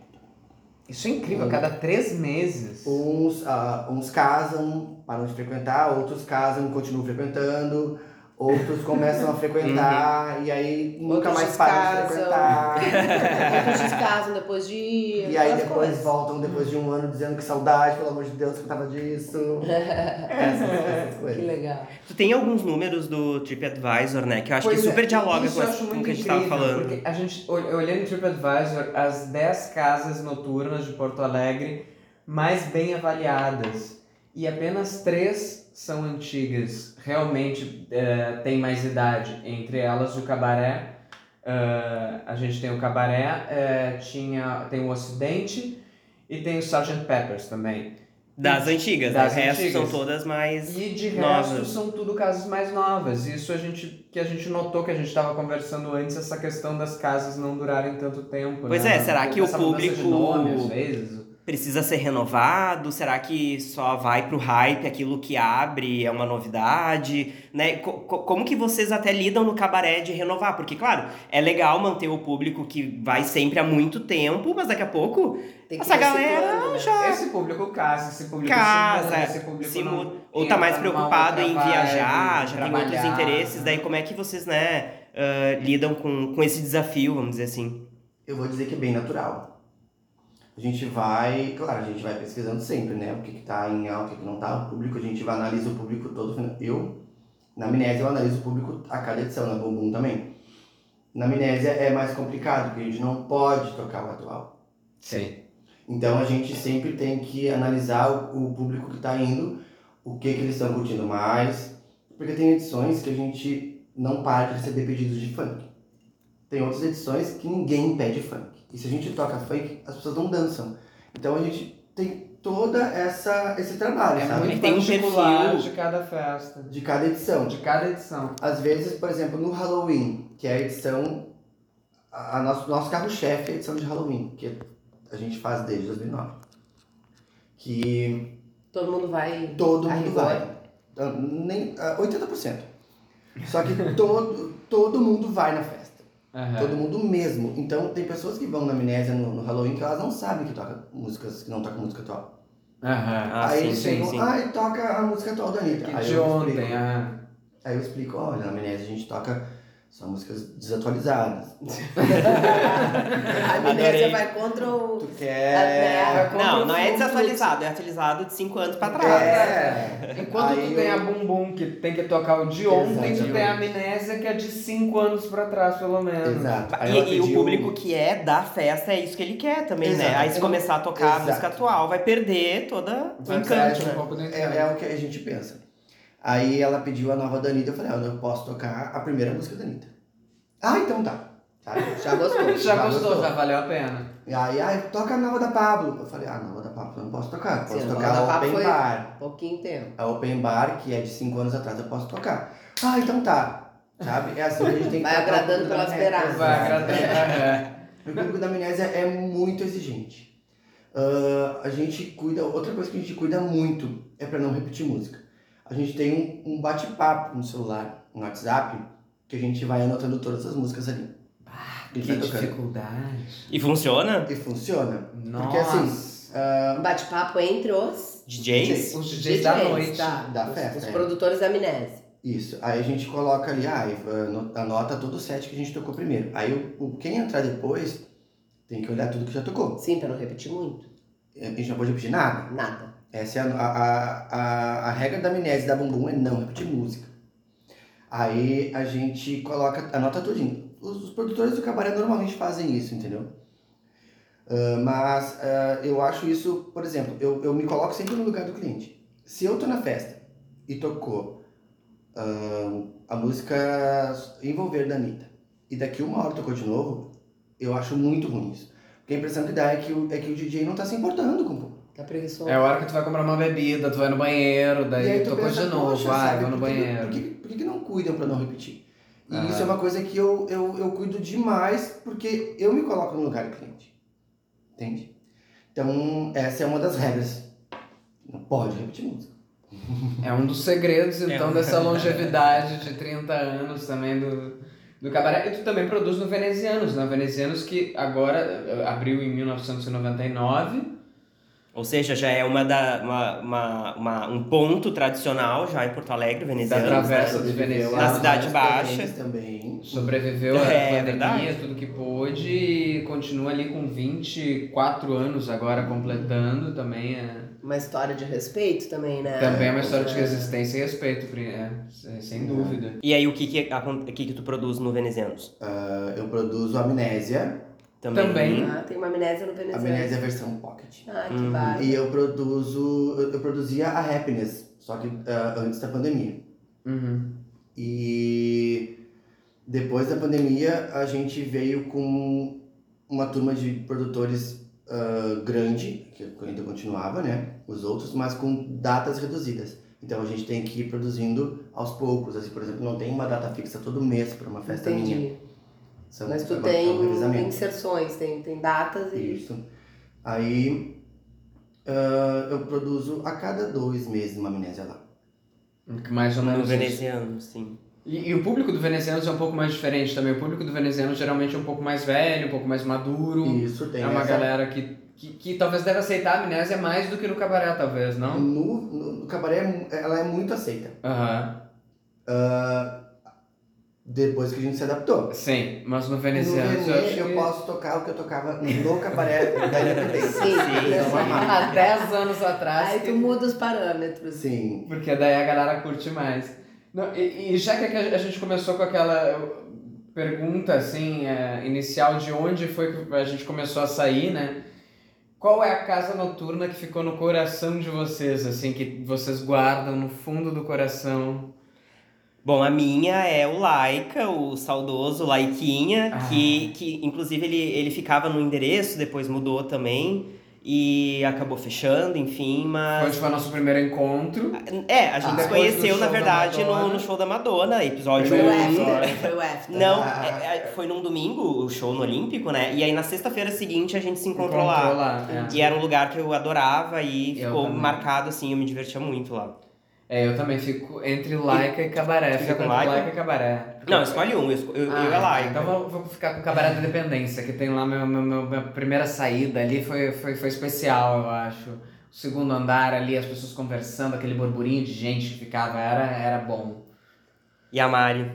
Isso é incrível, a cada três meses.
Uns ah, uns casam param de frequentar, outros casam e continuam frequentando. Outros começam a frequentar e aí nunca
Outros
mais param de
casam.
frequentar.
Outros descasam depois de ir.
E aí
aquelas
depois
coisas.
voltam depois de um ano dizendo que saudade, pelo amor de Deus, que eu tava disso. Essas, essas
que
coisas.
legal.
Tu tem alguns números do TripAdvisor, né? Que eu acho
Pois
que
é,
super dialoga
isso
com,
eu
essa-
acho
com o
muito
que a gente tava
incrível,
falando.
Porque a gente, ol- olhando o TripAdvisor, as 10 casas noturnas de Porto Alegre mais bem avaliadas. E apenas três são é, antigas, realmente eh, têm mais idade. Entre elas, o Cabaré, eh, eh, a gente tem o Cabaré, eh, tinha, tem o Ocidente e tem o Sgt. Peppers também.
Das antigas,
Das
das né? O resto
antigas.
são todas mais.
E de
Novas.
resto são tudo casas mais novas. Isso a gente que a gente notou que a gente estava conversando antes essa questão das casas não durarem tanto tempo.
Pois
né?
é, será que o
Essa mudança de
público-
nome, às vezes.
Precisa ser renovado? Será que só vai pro hype aquilo que abre? É uma novidade? Né? Co- co- como que vocês até lidam no cabaré de renovar? Porque, claro, é legal manter o público que vai sempre há muito tempo, mas daqui a pouco
Tem que
essa
ir
galera é
reciclando, né?
já
Esse público casa, esse público
Casa, é,
se muda, esse público
se
não-
muda. Ou tá
entra
mais
numa
preocupado
outra
em
vibe,
viajar, já tem
trabalhar,
outros interesses,
né?
daí como é que vocês, né, ah, lidam com, com esse desafio, vamos dizer assim?
Eu vou dizer que é bem natural. A gente vai, claro, a gente vai pesquisando sempre, né? O que, que tá em alta, o que, que não tá. O público, a gente vai analisa o público todo. final- Eu, na amnésia, eu analiso o público a cada edição, na Bumbum também. Na amnésia é mais complicado, porque a gente não pode tocar o atual.
Sim.
Então a gente sempre tem que analisar o, o público que está indo, o que, que eles estão curtindo mais. Porque tem edições que a gente não para de receber pedidos de funk. Tem outras edições que ninguém pede funk. E se a gente toca funk, as pessoas não dançam. Então a gente tem toda essa esse trabalho,
É
sabe?
muito
tem um
particular
perfil.
de cada festa,
De cada edição.
de cada edição.
Às vezes, por exemplo, no Halloween, que é a edição. A, a nosso nosso carro-chefe é a edição de Halloween, que a gente faz desde 2009. Que
Todo mundo vai.
Todo
A
mundo
rigor.
vai. Ah, Nem, ah, 80%. Só que todo, todo mundo vai na festa.
Aham.
Todo mundo mesmo. Então tem pessoas que vão na amnésia no, no Halloween que elas não sabem que toca músicas, que não toca música atual.
Aham.
Ah,
aí
sim, sim,
chegam,
sim.
ai, toca a música atual da Anitta.
Que
Aí
de
eu
ontem,
explico-
ah.
Aí eu explico, olha, na amnésia a gente toca só músicas desatualizadas.
A
Adorei.
amnésia vai contra o.
tu quer.
É,
Não, não é
Contra o
desatualizado, é atualizado de 5 anos pra
fluxo.
trás.
É.
Enquanto
Aí
tu tem
eu-
a Bumbum, que tem que tocar o de ontem, tu
Exatamente.
tem a amnésia, que é de 5 anos pra trás, pelo menos.
Exato. Aí ela
E, e o
pediu-
público que é da festa é isso que ele quer também, né?
Exato.
Aí se começar a tocar a
Exato.
música atual, vai perder toda o
Vai
encanto,
perder um
né?
pouco do
É,
encanto.
é o que a gente pensa. Aí ela pediu a nova da Anitta, eu falei, ah, eu posso tocar a primeira música da Anitta. Ah, então tá. Sabe? Já gostou.
Já gostou, já valeu a pena.
E aí, ah, toca a nova da Pablo. Eu falei, ah, a nova da Pablo eu não posso tocar. Posso
Sim, a nova
tocar
da
a
Pablo
Open
foi-
Bar.
Pouquinho tempo.
A Open Bar, que é de 5 anos atrás, eu posso tocar. Ah, então tá. Sabe? É assim que a gente tem que
Vai
tratar o
agradando
público É, da
pelas
Amnésia.
beiradas.
Vai
Exato.
É. agradar.
O público da amnésia é muito exigente. Ah, a gente cuida, outra coisa que a gente cuida muito é para não repetir música. A gente tem um, um bate-papo no celular, no WhatsApp, que a gente vai anotando todas as músicas ali.
Ah, Que
Que tá tocando.
dificuldade.
E funciona?
E funciona.
Nossa.
assim,
Um bate-papo entre os.
DJs?
é, os DJs da
DJs,
noite.
tá?
Da
os,
festa,
Os
é.
produtores da amnésia.
Isso. Aí a gente coloca ali, ah, ano- anota todo o set que a gente tocou primeiro. Aí o, o- quem entrar depois tem que olhar tudo que já tocou.
Sim, pra não repetir muito. Ah,
A gente não pode repetir nada.
Nada.
Essa é a, a, a, a regra da amnésia da bumbum é não repetir música. Aí a gente coloca, anota tudinho. Os, os produtores do cabaré normalmente fazem isso, entendeu? Ah, mas ah, eu acho isso, por exemplo, eu, eu me coloco sempre no lugar do cliente. Se eu tô na festa e tocou ah, a música Envolver da Anitta e daqui uma hora tocou de novo, eu acho muito ruim isso. Porque a impressão que dá é que o, é que o DJ não tá se importando com o público.
Tá preguiçoso.
É a hora que tu vai comprar uma bebida, tu vai no banheiro,
E
daí
aí tu
tocou
pensa,
de novo,
"Poxa,
vai,
sabe,
vou no
por que-
banheiro.
Por que, por que que não cuidam pra não repetir? E
Aham.
isso é uma coisa que eu, eu, eu cuido demais, porque eu me coloco no lugar do cliente. Entende? Então, essa é uma das regras. Não pode repetir música.
É um dos segredos, então,
É um-
dessa longevidade de 30 anos também do, do cabaré. E tu também produz no Venezianos, né? Venezianos que agora eh, abriu em 1999.
Ou seja, já é uma da, uma, uma, uma- um ponto tradicional já em Porto Alegre,
Da
Tá
veneziano.
Travessa dos
Sobreviveu
Venezianos.
a
Na Cidade
várias
Baixa.
perrengues Também.
Sobreviveu à
É,
pandemia,
verdade.
tudo que pôde e continua ali com 24 anos agora completando também. É,
um
Uma história de respeito também, né?
também é uma história de
É.
resistência e respeito, pri- é, sem- sem dúvida.
E aí, o que que, acon- o que que tu produz no Venezianos?
Ah, Eu produzo Amnésia,
Também.
Também.
Ah, tem uma amnésia no Venezuela.
Amnésia versão pocket.
Ah, que
Uhum.
barba.
E eu produzo, eu eu produzia a Happiness, só que ah, antes da pandemia.
Uhum.
E Depois da pandemia, a gente veio com uma turma de produtores ah, grande, que ainda continuava, né? Os outros, mas com datas reduzidas. Então a gente tem que ir produzindo aos poucos. Assim, por exemplo, não tem uma data fixa todo mês para uma festa minha.
Entendi.
São,
Mas
é
tu
uma- é um
tem
revezamento.
inserções, tem, tem datas e.
Isso. Aí ah, eu produzo a cada dois meses uma amnésia lá.
Uhum. Que mais ou
No
menos isso.
veneziano, sim.
E, e o público do veneziano é um pouco mais diferente também. O público do veneziano geralmente é um pouco mais velho, um pouco mais maduro.
Isso tem
é uma
essa-
galera que, que, que talvez deve aceitar a amnésia mais do que no cabaré, talvez, não?
No, no, no cabaré é mu- ela é muito aceita.
Aham.
Depois que a gente se adaptou.
Sim, mas no
No
veneziano eu acho
Renê, eu
que...
posso tocar o que eu tocava no cabaré da Independência.
Sim,
é uma marca.
Há 10 anos atrás.
Aí tu muda os parâmetros.
Sim.
Porque daí a galera curte mais. Não, e, e já que a gente começou com aquela pergunta assim, é, inicial de onde foi que a gente começou a sair, né? Qual é a casa noturna que ficou no coração de vocês, assim, que vocês guardam no fundo do coração?
Bom, a minha é o Laica, o saudoso Laiquinha,
Ah.
que, que inclusive ele, ele ficava no endereço, depois mudou também e acabou fechando, enfim,
Foi
mas.
tipo o nosso primeiro encontro.
É, a gente
Ah,
se
depois do
conheceu, na
show da
verdade, no,
Madonna.
no show da Madonna, episódio
Foi o
Primeiro
1.
episódio.
after, foi o né? after.
Não,
Ah.
é- é- foi num domingo, o show no Olímpico, né? E aí na sexta-feira seguinte a gente se encontrou,
Encontrou
lá.
lá, é.
E era um lugar que eu adorava e
Eu
ficou
também.
marcado assim, eu me divertia muito lá.
É, eu também fico entre laica e cabaré.
Fica
Fico
com
entre
Laica?
laica e cabaré.
Não, escolhe um, eu, esco- eu, eu e a Laica.
Então vou, vou ficar com o Cabaré da Independência, que tem lá meu, meu- meu- minha primeira saída ali, foi, foi, foi especial, eu acho. O segundo andar ali, as pessoas conversando, aquele burburinho de gente que ficava, era, era bom.
E a Mari.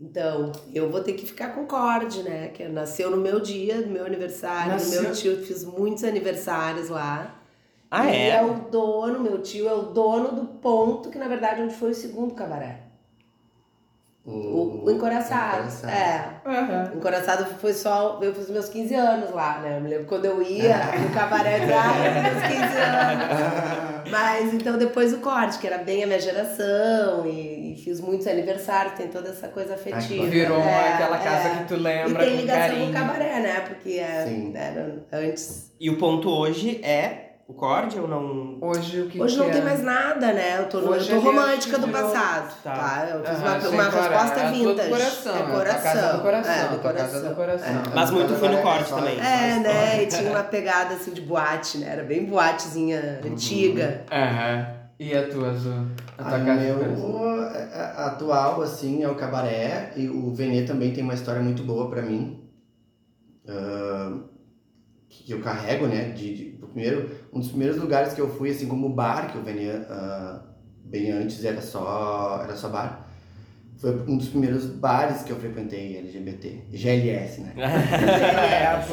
Então, eu vou ter que ficar com o Cord, né? Que nasceu no meu dia, no meu aniversário,
Nasceu-
no meu tio, fiz muitos aniversários lá.
Ah,
e
é?
é o dono, meu tio é o dono do ponto que, na verdade, é onde foi o segundo cabaré. O, o Encoraçado.
Encoraçado.
É. O Encoraçado foi só. Eu fiz meus 15 anos lá, né? Eu me lembro quando eu ia no cabaré já, meus 15 anos. Mas então depois o corte, que era bem a minha geração, e, e fiz muitos aniversários, tem toda essa coisa afetiva.
Virou
É,
aquela casa
é.
que tu
E
lembra
tem
com
ligação
carinho.
com o cabaré, né? Porque é,
Sim.
era antes.
E o ponto hoje é o corte ou não?
Hoje o que
Hoje
que
não
é?
tem mais nada, né? Eu tô, no- eu
Hoje
tô
ele
romântica
acho que
do
virou-
passado.
Tá.
Tá. Eu fiz
Aham,
uma,
sem
uma
cora-
resposta
é a tua
vintage.
do coração, é a tua casa do coração,
É,
a
do
tua casa do
coração.
coração.
É.
Mas muito foi no corte também.
É, né? E tinha uma pegada assim de boate, né? Era bem boatezinha
Uhum.
antiga.
Aham. E a tua, Azul? A tua
Ah,
casa
meu,
do coração.
a- a- atual, assim, é o Cabaré. E o Venê também tem uma história muito boa pra mim. ah, que eu carrego, né? De, de- do primeiro, um dos primeiros lugares que eu fui, assim, como bar, que o Venê, ah, bem antes, era só, era só bar. Foi um dos primeiros bares que eu frequentei LGBT. GLS, né?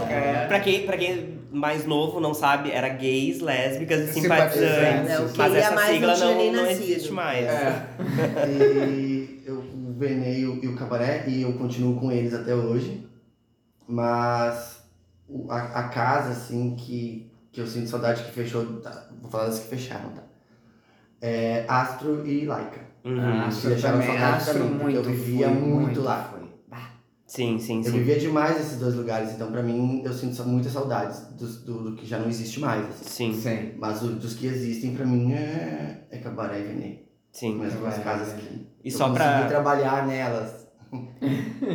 É, pra, quem, pra quem mais novo não sabe, era gays, lésbicas e
Simpatizantes.
simpatizantes.
Né? O
Sim.
que
Mas
ia
essa
mais
sigla
tinha
não,
nem
não
nascido.
existe mais.
É.
e eu venei o, e o cabaré e eu continuo com eles até hoje. Mas o- a, a casa, assim, que, que eu sinto saudade que fechou, tá? vou falar das que fecharam, tá? É Astro e Laika.
Uhum.
Ah, Astro
Que deixaram
também,
saudade
Astro
pra mim, porque
muito,
Eu vivia
foi,
muito,
muito,
lá.
Sim, sim,
Eu
sim.
vivia demais esses dois lugares, então pra mim eu sinto muita saudade dos- do, do, que já não existe mais. assim.
Sim,
É, Sim.
Mas o- dos que existem pra mim é, é cabaré e venei.
sim.
Mas
Cabaré,
as casas
né?
que
E
eu
só
consegui
pra,
trabalhar nelas.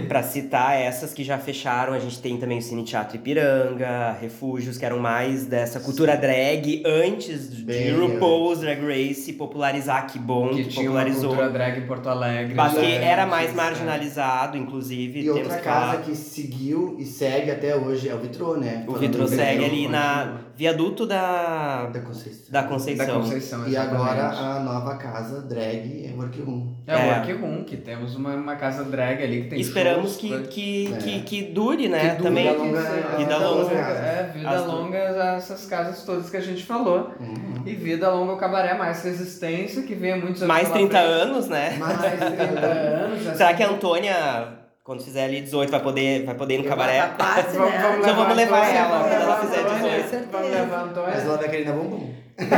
pra citar essas que já fecharam, a gente tem também o Cine Teatro Ipiranga, Refúgios, que eram mais dessa cultura drag antes de
Bem
RuPaul's Drag Race popularizar, que bom que,
Que tinha uma
popularizou.
cultura drag em Porto Alegre.
Porque
né?
era mais
Sim,
marginalizado, inclusive.
E
temos
outra
que falar.
casa que seguiu e segue até hoje é o Vitrô, né?
O
Falando
Vitrô
do
segue
Vitrô,
ali na viaduto da,
Da Conceição.
da
é. Da
Conceição.
Conceição,
E agora
exatamente.
a nova casa drag é Workroom.
É, o
É.
Arquivum, que temos uma, uma casa drag ali que tem
Esperamos
shows,
que,
coisa-
que,
É.
que, que dure, né?
dure,
também.
vida longa,
seja-
vida longa.
É, vida
As duas.
longa essas casas todas que a gente falou.
Uhum.
E vida longa o cabaré, mais resistência, que venha muitos anos
Mais
pela
30
frente.
anos, né?
Mais 30 anos. assim.
Será que a Antônia, quando fizer ali 18, vai poder, vai poder ir no cabaré?
Uma Quase,
Vamos,
né?
vamos
Então vamos levar
Antônia,
ela,
vamos
quando ela
levar
fizer
Antônia,
18.
Vamos levar a Antônia.
Mas lá da Karina tá Bumbum.
Óbvio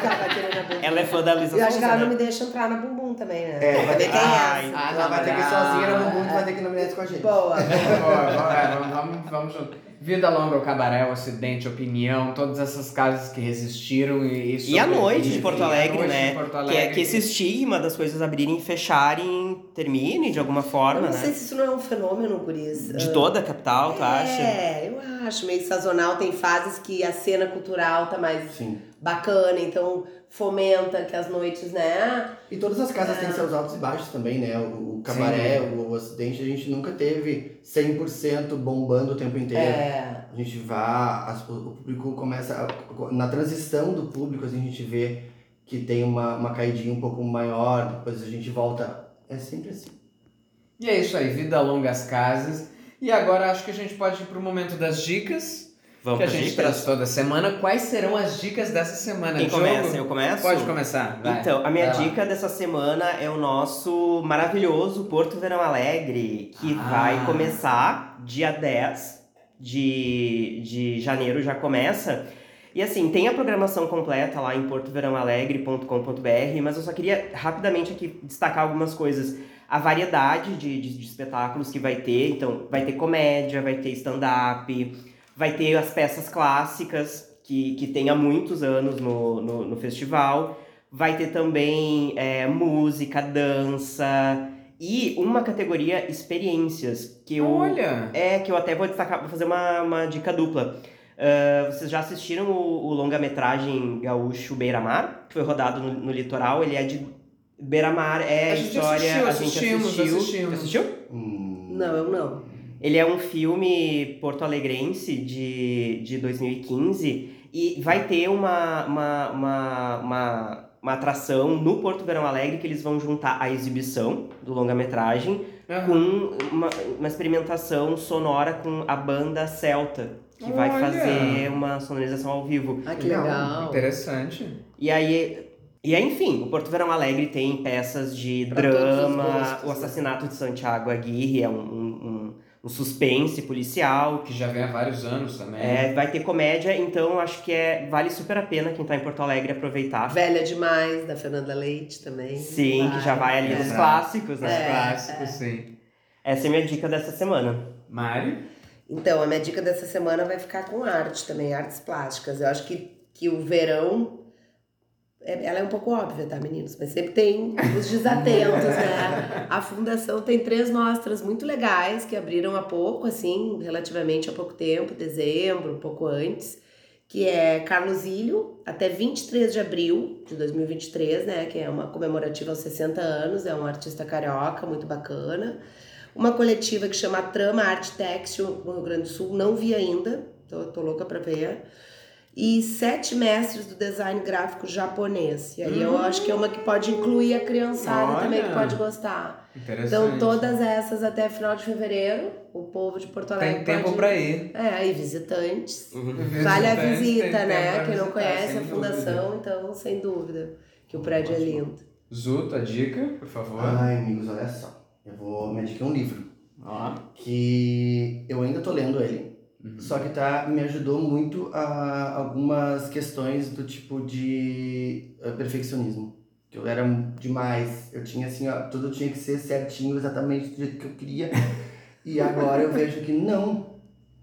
que ela vai querer dar bom.
Ela é fã da Luísa
Eu acho que ela
Sonza,
não me
né?
deixa entrar na bumbum também, né?
É, vai ter-
Também tem
Ai,
essa.
Ah,
Ela
não,
vai ter que ir
mas-
sozinha no bumbum e vai ter que ir no Mirante com a gente.
Boa.
É,
Bora, bora, vamos, vamos, vamos junto. Vida longa ao cabaré, o acidente, opinião, todas essas casas que resistiram e isso.
E a noite de Porto Alegre, né?
Porto
Que,
Alegre.
é, que esse estigma das coisas abrirem e fecharem termine de alguma
Eu
forma,
não sei
né?
se isso não é um fenômeno, Guris.
De toda a capital, tu acha?
É, eu acho. Meio sazonal. Tem fases que a cena cultural tá mais
Sim.
bacana, então fomenta que as noites, né?
E todas as casas
Ah.
têm seus altos e baixos também, né? O, o cabaré, o, o acidente, a gente nunca teve 100% bombando o tempo inteiro.
É.
A gente vá, as- o o público começa. a- na transição do público, assim, a gente vê que tem uma, uma caidinha um pouco maior, depois a gente volta. É sempre assim.
E é isso aí, vida longa às casas. E agora acho que a gente pode ir pro momento das dicas,
Vamos
que a
pra
gente
dicas?
traz toda semana. Quais serão as dicas dessa semana?
Quem
Diogo,
começa? Eu começo?
né? Pode começar, vai.
Então, a minha
Vai lá.
dica dessa semana é o nosso maravilhoso Porto Verão Alegre, que
Ah.
vai começar dia 10 de, de janeiro, já começa. E assim, tem a programação completa lá em portoverãoalegre.com.br, mas eu só queria rapidamente aqui destacar algumas coisas. A variedade de, de, de espetáculos que vai ter, então vai ter comédia, vai ter stand-up, vai ter as peças clássicas, que, que tem há muitos anos no, no, no festival. Vai ter também é, música, dança e uma categoria experiências que eu
Olha!
é que eu até vou destacar, vou fazer uma, uma dica dupla. Ah, vocês já assistiram o, o longa-metragem Gaúcho Beira Mar, que foi rodado no, no litoral? Ele é de Beira Mar, é
A gente
história.
assistiu,
a gente
assistimos,
assistiu.
assistimos.
Assistiu?
Hum,
Não, eu não.
Ele é um filme porto-alegrense de, de 2015 e vai ter uma, uma, uma, uma, uma atração no Porto Verão Alegre que eles vão juntar a exibição do longa-metragem com uma, uma experimentação sonora com a banda Celta, que vai
Olha!
fazer uma sonorização ao vivo.
Ah, que
Não,
legal.
Interessante.
E aí. E aí, enfim, o Porto Verão Alegre tem peças de
Pra todos
drama,
os gostos,
o
né?
assassinato de Santiago Aguirre é um, um, um suspense policial.
Que já vem há vários anos também.
É, vai ter comédia, então acho que é, vale super a pena quem tá em Porto Alegre aproveitar.
Velha demais, da Fernanda Leite também.
Sim, que já vai ali
é.
nos clássicos,
Os
né?
É.
clássicos, sim.
Essa é a minha dica dessa semana.
Mari?
Então, a minha dica dessa semana vai ficar com arte também, artes plásticas. Eu acho que, que o verão. é- Ela é um pouco óbvia, tá, meninos? Mas sempre tem os desatentos, né? A fundação tem três mostras muito legais que abriram há pouco, assim, relativamente há pouco tempo dezembro, um pouco antes que é Carlos Ilho, até 23 de abril de 2023, né? Que é uma comemorativa aos 60 anos, é um artista carioca muito bacana. Uma coletiva que chama Trama Arte Textil no Rio Grande do Sul, não vi ainda, tô, tô louca pra ver. E sete mestres do design gráfico japonês. E aí eu
Hum.
acho que é uma que pode incluir a criançada também, que
Olha.
pode gostar.
Interessante.
Então, todas essas até final de fevereiro, o povo de Porto Alegre.
Tem tempo
pode...
pra ir.
É, e visitantes.
Visitantes,
Vale a
tem
visita,
tempo
né?
pra
Quem não
visitar,
conhece a
sem dúvida.
fundação, então, sem dúvida, que o prédio é lindo.
Zu, tua dica, por favor.
Ai, amigos, olha só. Eu vou. Minha dica é um livro.
Ó.
Que eu ainda tô lendo ele.
Uhum.
Só que tá, me ajudou muito a algumas questões do tipo de eh, perfeccionismo. Que eu era demais. Eu tinha assim, ó, tudo tinha que ser certinho, exatamente do jeito que eu queria. E agora eu vejo que não,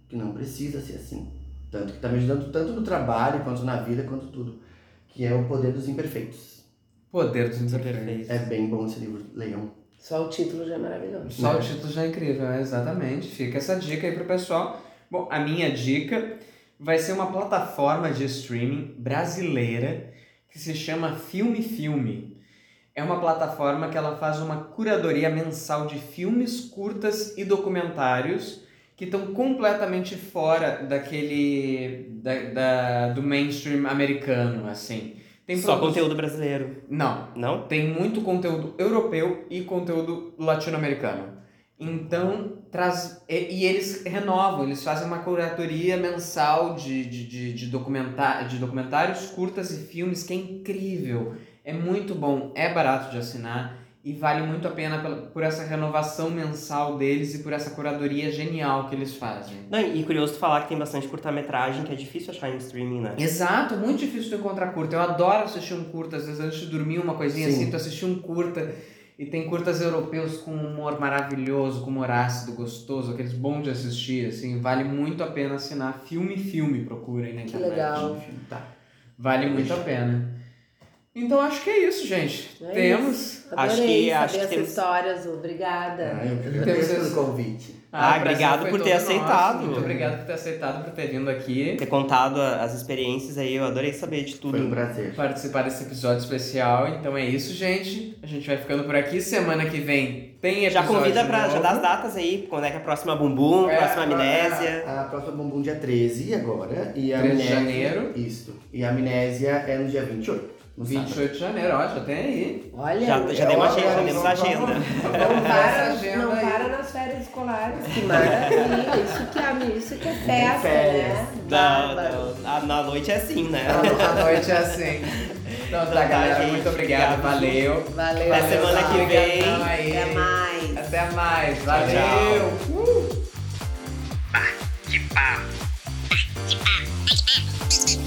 que não precisa ser assim. Tanto que tá me ajudando tanto no trabalho, quanto na vida, quanto tudo. Que é o poder dos imperfeitos.
Poder dos Imperfeitos.
Perfeito.
É bem bom esse livro, leiam.
Só o título já é maravilhoso.
Só o título já é incrível, é, exatamente. Fica essa dica aí pro pessoal. Bom, a minha dica vai ser uma plataforma de streaming brasileira que se chama Filme Filme. É uma plataforma que ela faz uma curadoria mensal de filmes, curtas e documentários que estão completamente fora daquele da, da- do mainstream americano, assim. Tem
Só
produtos-
conteúdo brasileiro,
Não,
não?
Então, tem muito conteúdo europeu e conteúdo latino-americano. Então, traz. E, e eles renovam, eles fazem uma curatoria mensal de, de, de, de, documenta- de documentários, curtas e filmes, que é incrível. É muito bom, é barato de assinar E vale muito a pena pela- por essa renovação mensal deles e por essa curadoria genial que eles fazem.
Não, e curioso tu falar que tem bastante curta-metragem, que é difícil achar em streaming, né?
Exato, muito difícil tu encontrar curta. Eu adoro assistir um curta, às vezes antes de dormir, uma coisinha
Sim.
assim, tu assistir um curta. E tem curtas europeus com humor maravilhoso, com humor ácido, gostoso, aqueles bons de assistir, assim. Vale muito a pena assinar filme, filme, procurem na internet.
legal.
Tá.
Vale muito a pena. Então acho que é isso, gente.
É
Temos.
Adorei
Acho que-
saber
acho que
essas
temos-
histórias, obrigada.
Ah, eu que
Temos
agradeço
esse-
pelo convite.
Ah,
o prazer
obrigado
foi
por ter
todo
aceitado.
Muito obrigado por ter aceitado, por ter vindo aqui
Ter contado a- as experiências aí, eu adorei saber de tudo.
Foi um prazer.
participar desse episódio especial. Então é isso, gente. A gente vai ficando por aqui. Semana que vem tem
Já
episódio.
convida pra.
novo.
Já dá as datas aí, quando é que é a próxima bumbum,
É,
próxima amnésia.
A, a próxima Bumbum dia 13 agora. E a
13 de
amnésia,
janeiro.
Isso. E a amnésia é no dia 28. No 28.
28 de janeiro, ó, já tem aí.
Olha,
Já, já deu uma
olha,
agenda, já demos a
vamos-
agenda.
Essa
não para,
agenda
não
aí.
para nas férias escolares. Que maravilha, isso que é, isso que é festa,
férias.
né?
Da,
Bárbaro.
da- a- na noite é assim, né?
A noite é assim. Então tá,
Tá,
galera.
gente.
muito obrigado.
Obrigado.
Valeu.
Valeu.
Até semana que
pessoal.
vem.
Obrigadão aí.
Até mais.
Até mais.
Tchau,
Valeu.
tchau.
Bah, que papo!
Bye.